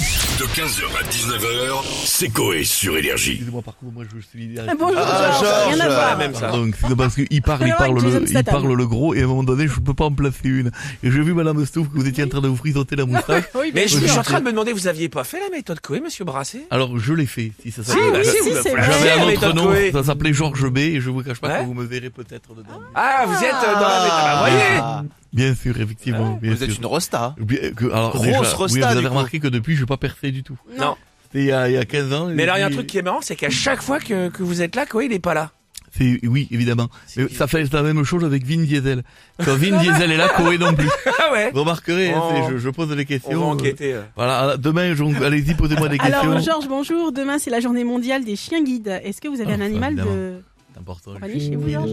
De 15h à 19h, c'est Coé sur Énergie. Excusez-moi, par contre, moi je suis. Ah, Bonjour, Ah, Georges, Georges, rien à euh, voir. même ça. Pardon, Ah, c'est parce qu'il parle, il Alors, parle, Jason le, il Statham. parle le gros et à un moment donné, je peux pas en placer une. Et j'ai vu Madame Stouff que vous étiez en train de vous frisoter la moustache. Oui, bien Mais je, sûr. je suis en train de me demander, vous aviez pas fait la méthode Coé, monsieur Brassé Alors je l'ai fait, si ça oui, s'appelle. bah, Ah, si, vous me c'est faites vrai. J'avais la un autre méthode nom, Coé. ça s'appelait Georges B et je vous cache pas Ouais. que vous me verrez peut-être dedans. Ah, vous êtes euh, dans la méthode. Ah, voyez Ah. Bien sûr, effectivement. bien Vous êtes sûr. une rosta. Bien que- alors, grosse déjà, resta, oui, vous du avez coup. remarqué que depuis, je suis pas percé du tout. Non. C'était il y a, il y a 15 ans. Mais et là, il y a un puis- truc qui est marrant, c'est qu'à chaque fois que, que vous êtes là, Coé, il est pas là. C'est oui, évidemment. Mais ça fait la même chose avec Vin Diesel. Quand Vin Diesel est là, Coé non plus. Ah ouais Vous remarquerez, hein, Oh. c'est- je, je pose des On questions. va euh, enquêter. euh. Voilà, demain, je- allez-y, posez-moi des questions. Alors, Georges, bonjour. Demain, c'est la journée mondiale des chiens guides. Est-ce que vous avez Ah, un ça, animal de. évidemment. C'est important. Compagnie chez vous, Georges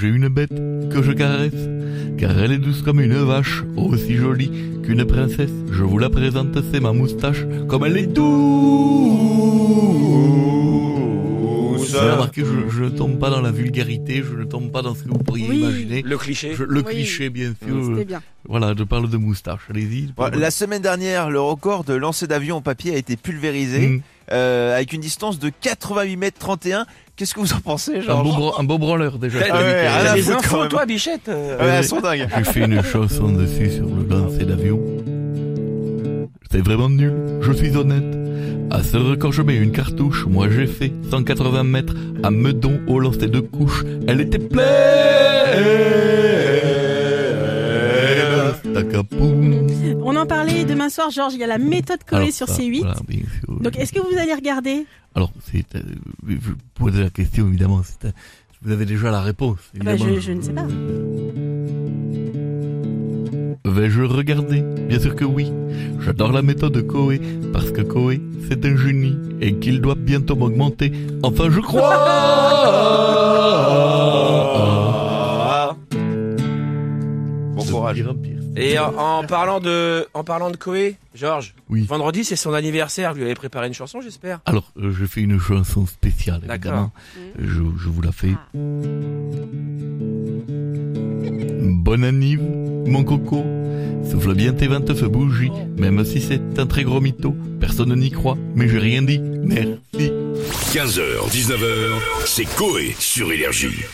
J'ai une bête que je caresse, car elle est douce comme une vache, aussi jolie qu'une princesse. Je vous la présente, c'est ma moustache, comme elle est douce. Vous avez remarqué, je, je ne tombe pas dans la vulgarité, je ne tombe pas dans ce que vous pourriez Oui. imaginer. Le cliché. Je- le Oui. cliché, bien sûr. C'était bien. Voilà, je parle de moustache. Allez-y. Ouais, La semaine dernière, le record de lancer d'avion en papier a été pulvérisé Mm. euh, avec une distance de 88 mètres 31. Qu'est-ce que vous en pensez, un, Georges beau bro- un beau brawler déjà. T'as- je Ah te dis ouais, que- rien T'as à des foutre, quand infos, même. toi, Bichette euh Ouais, elles sont dingues. J'ai fait une chanson dessus sur le lancer d'avion. C'est vraiment nul, je suis honnête. À ce record, je mets une cartouche. Moi, j'ai fait 180 mètres à Meudon au lancer de couche. Elle était pleine. Tacapoum. On en parlait demain soir, Georges. Il y a la méthode Coé Alors, sur ça, C8. Ah, voilà, bien sûr. Donc, est-ce que vous allez regarder Alors, c'est, euh, vous posez la question, évidemment. c'est, euh, vous avez déjà la réponse. Ah bah, évidemment. je, je ne sais pas. Vais-je regarder Bien sûr que oui. J'adore la méthode Coé, parce que Coé, c'est un génie, et qu'il doit bientôt m'augmenter. Enfin, je crois Bon courage. Et en, en parlant de, en parlant de Coé, Georges, Oui. vendredi c'est son anniversaire, vous lui avez préparé une chanson, j'espère. Alors, euh, je fais une chanson spéciale, D'accord. évidemment. Je, je vous la fais. Bonne anniv, mon coco. Souffle bien tes 29 bougies, même si c'est un très gros mytho. Personne n'y croit, mais j'ai rien dit. Merci. 15h, 19h, c'est Coé sur Énergie.